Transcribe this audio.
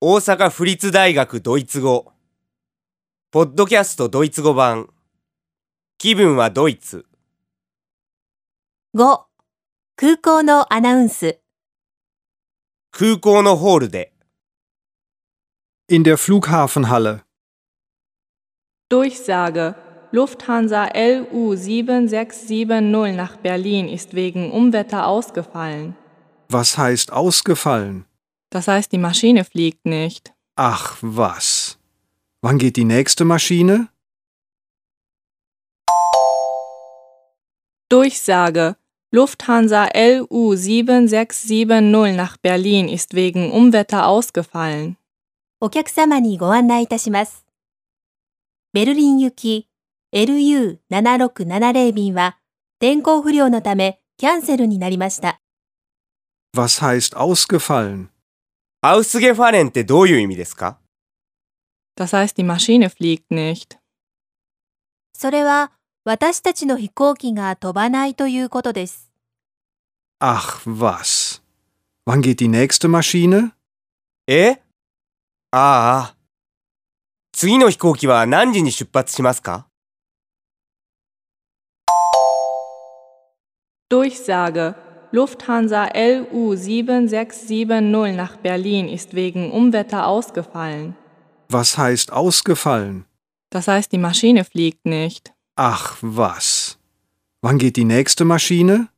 大阪府立大学ドイツ語ポッドキャストドイツ語版気分はドイツ 5. 空港のアナウンス。空港のホールで In der Flughafenhalle. Durchsage. Lufthansa LU 7670 nach Berlin ist wegen Umwetter ausgefallen. Was heißt ausgefallen? Das heißt, die Maschine fliegt nicht. Ach was. Wann geht die nächste Maschine? Durchsage. Lufthansa LU 7670 nach Berlin ist wegen Umwetter ausgefallen. お客様にご案内いたします。ベルリン行き LU7670 便は天候不良のためキャンセルになりました。 Was heißt ausgefallen? アウスゲファレンってどういう意味ですか Das heißt, die Maschine fliegt nicht. それは私たちの飛行機が飛ばないということです。 Ach was. Wann geht die nächste Maschine? えああ次の飛行機は何時に出発しますか Durchsage. Lufthansa LU 7670 nach Berlin ist wegen Umwetter ausgefallen. Was heißt ausgefallen? Das heißt, die Maschine fliegt nicht. Ach was. Wann geht die nächste Maschine?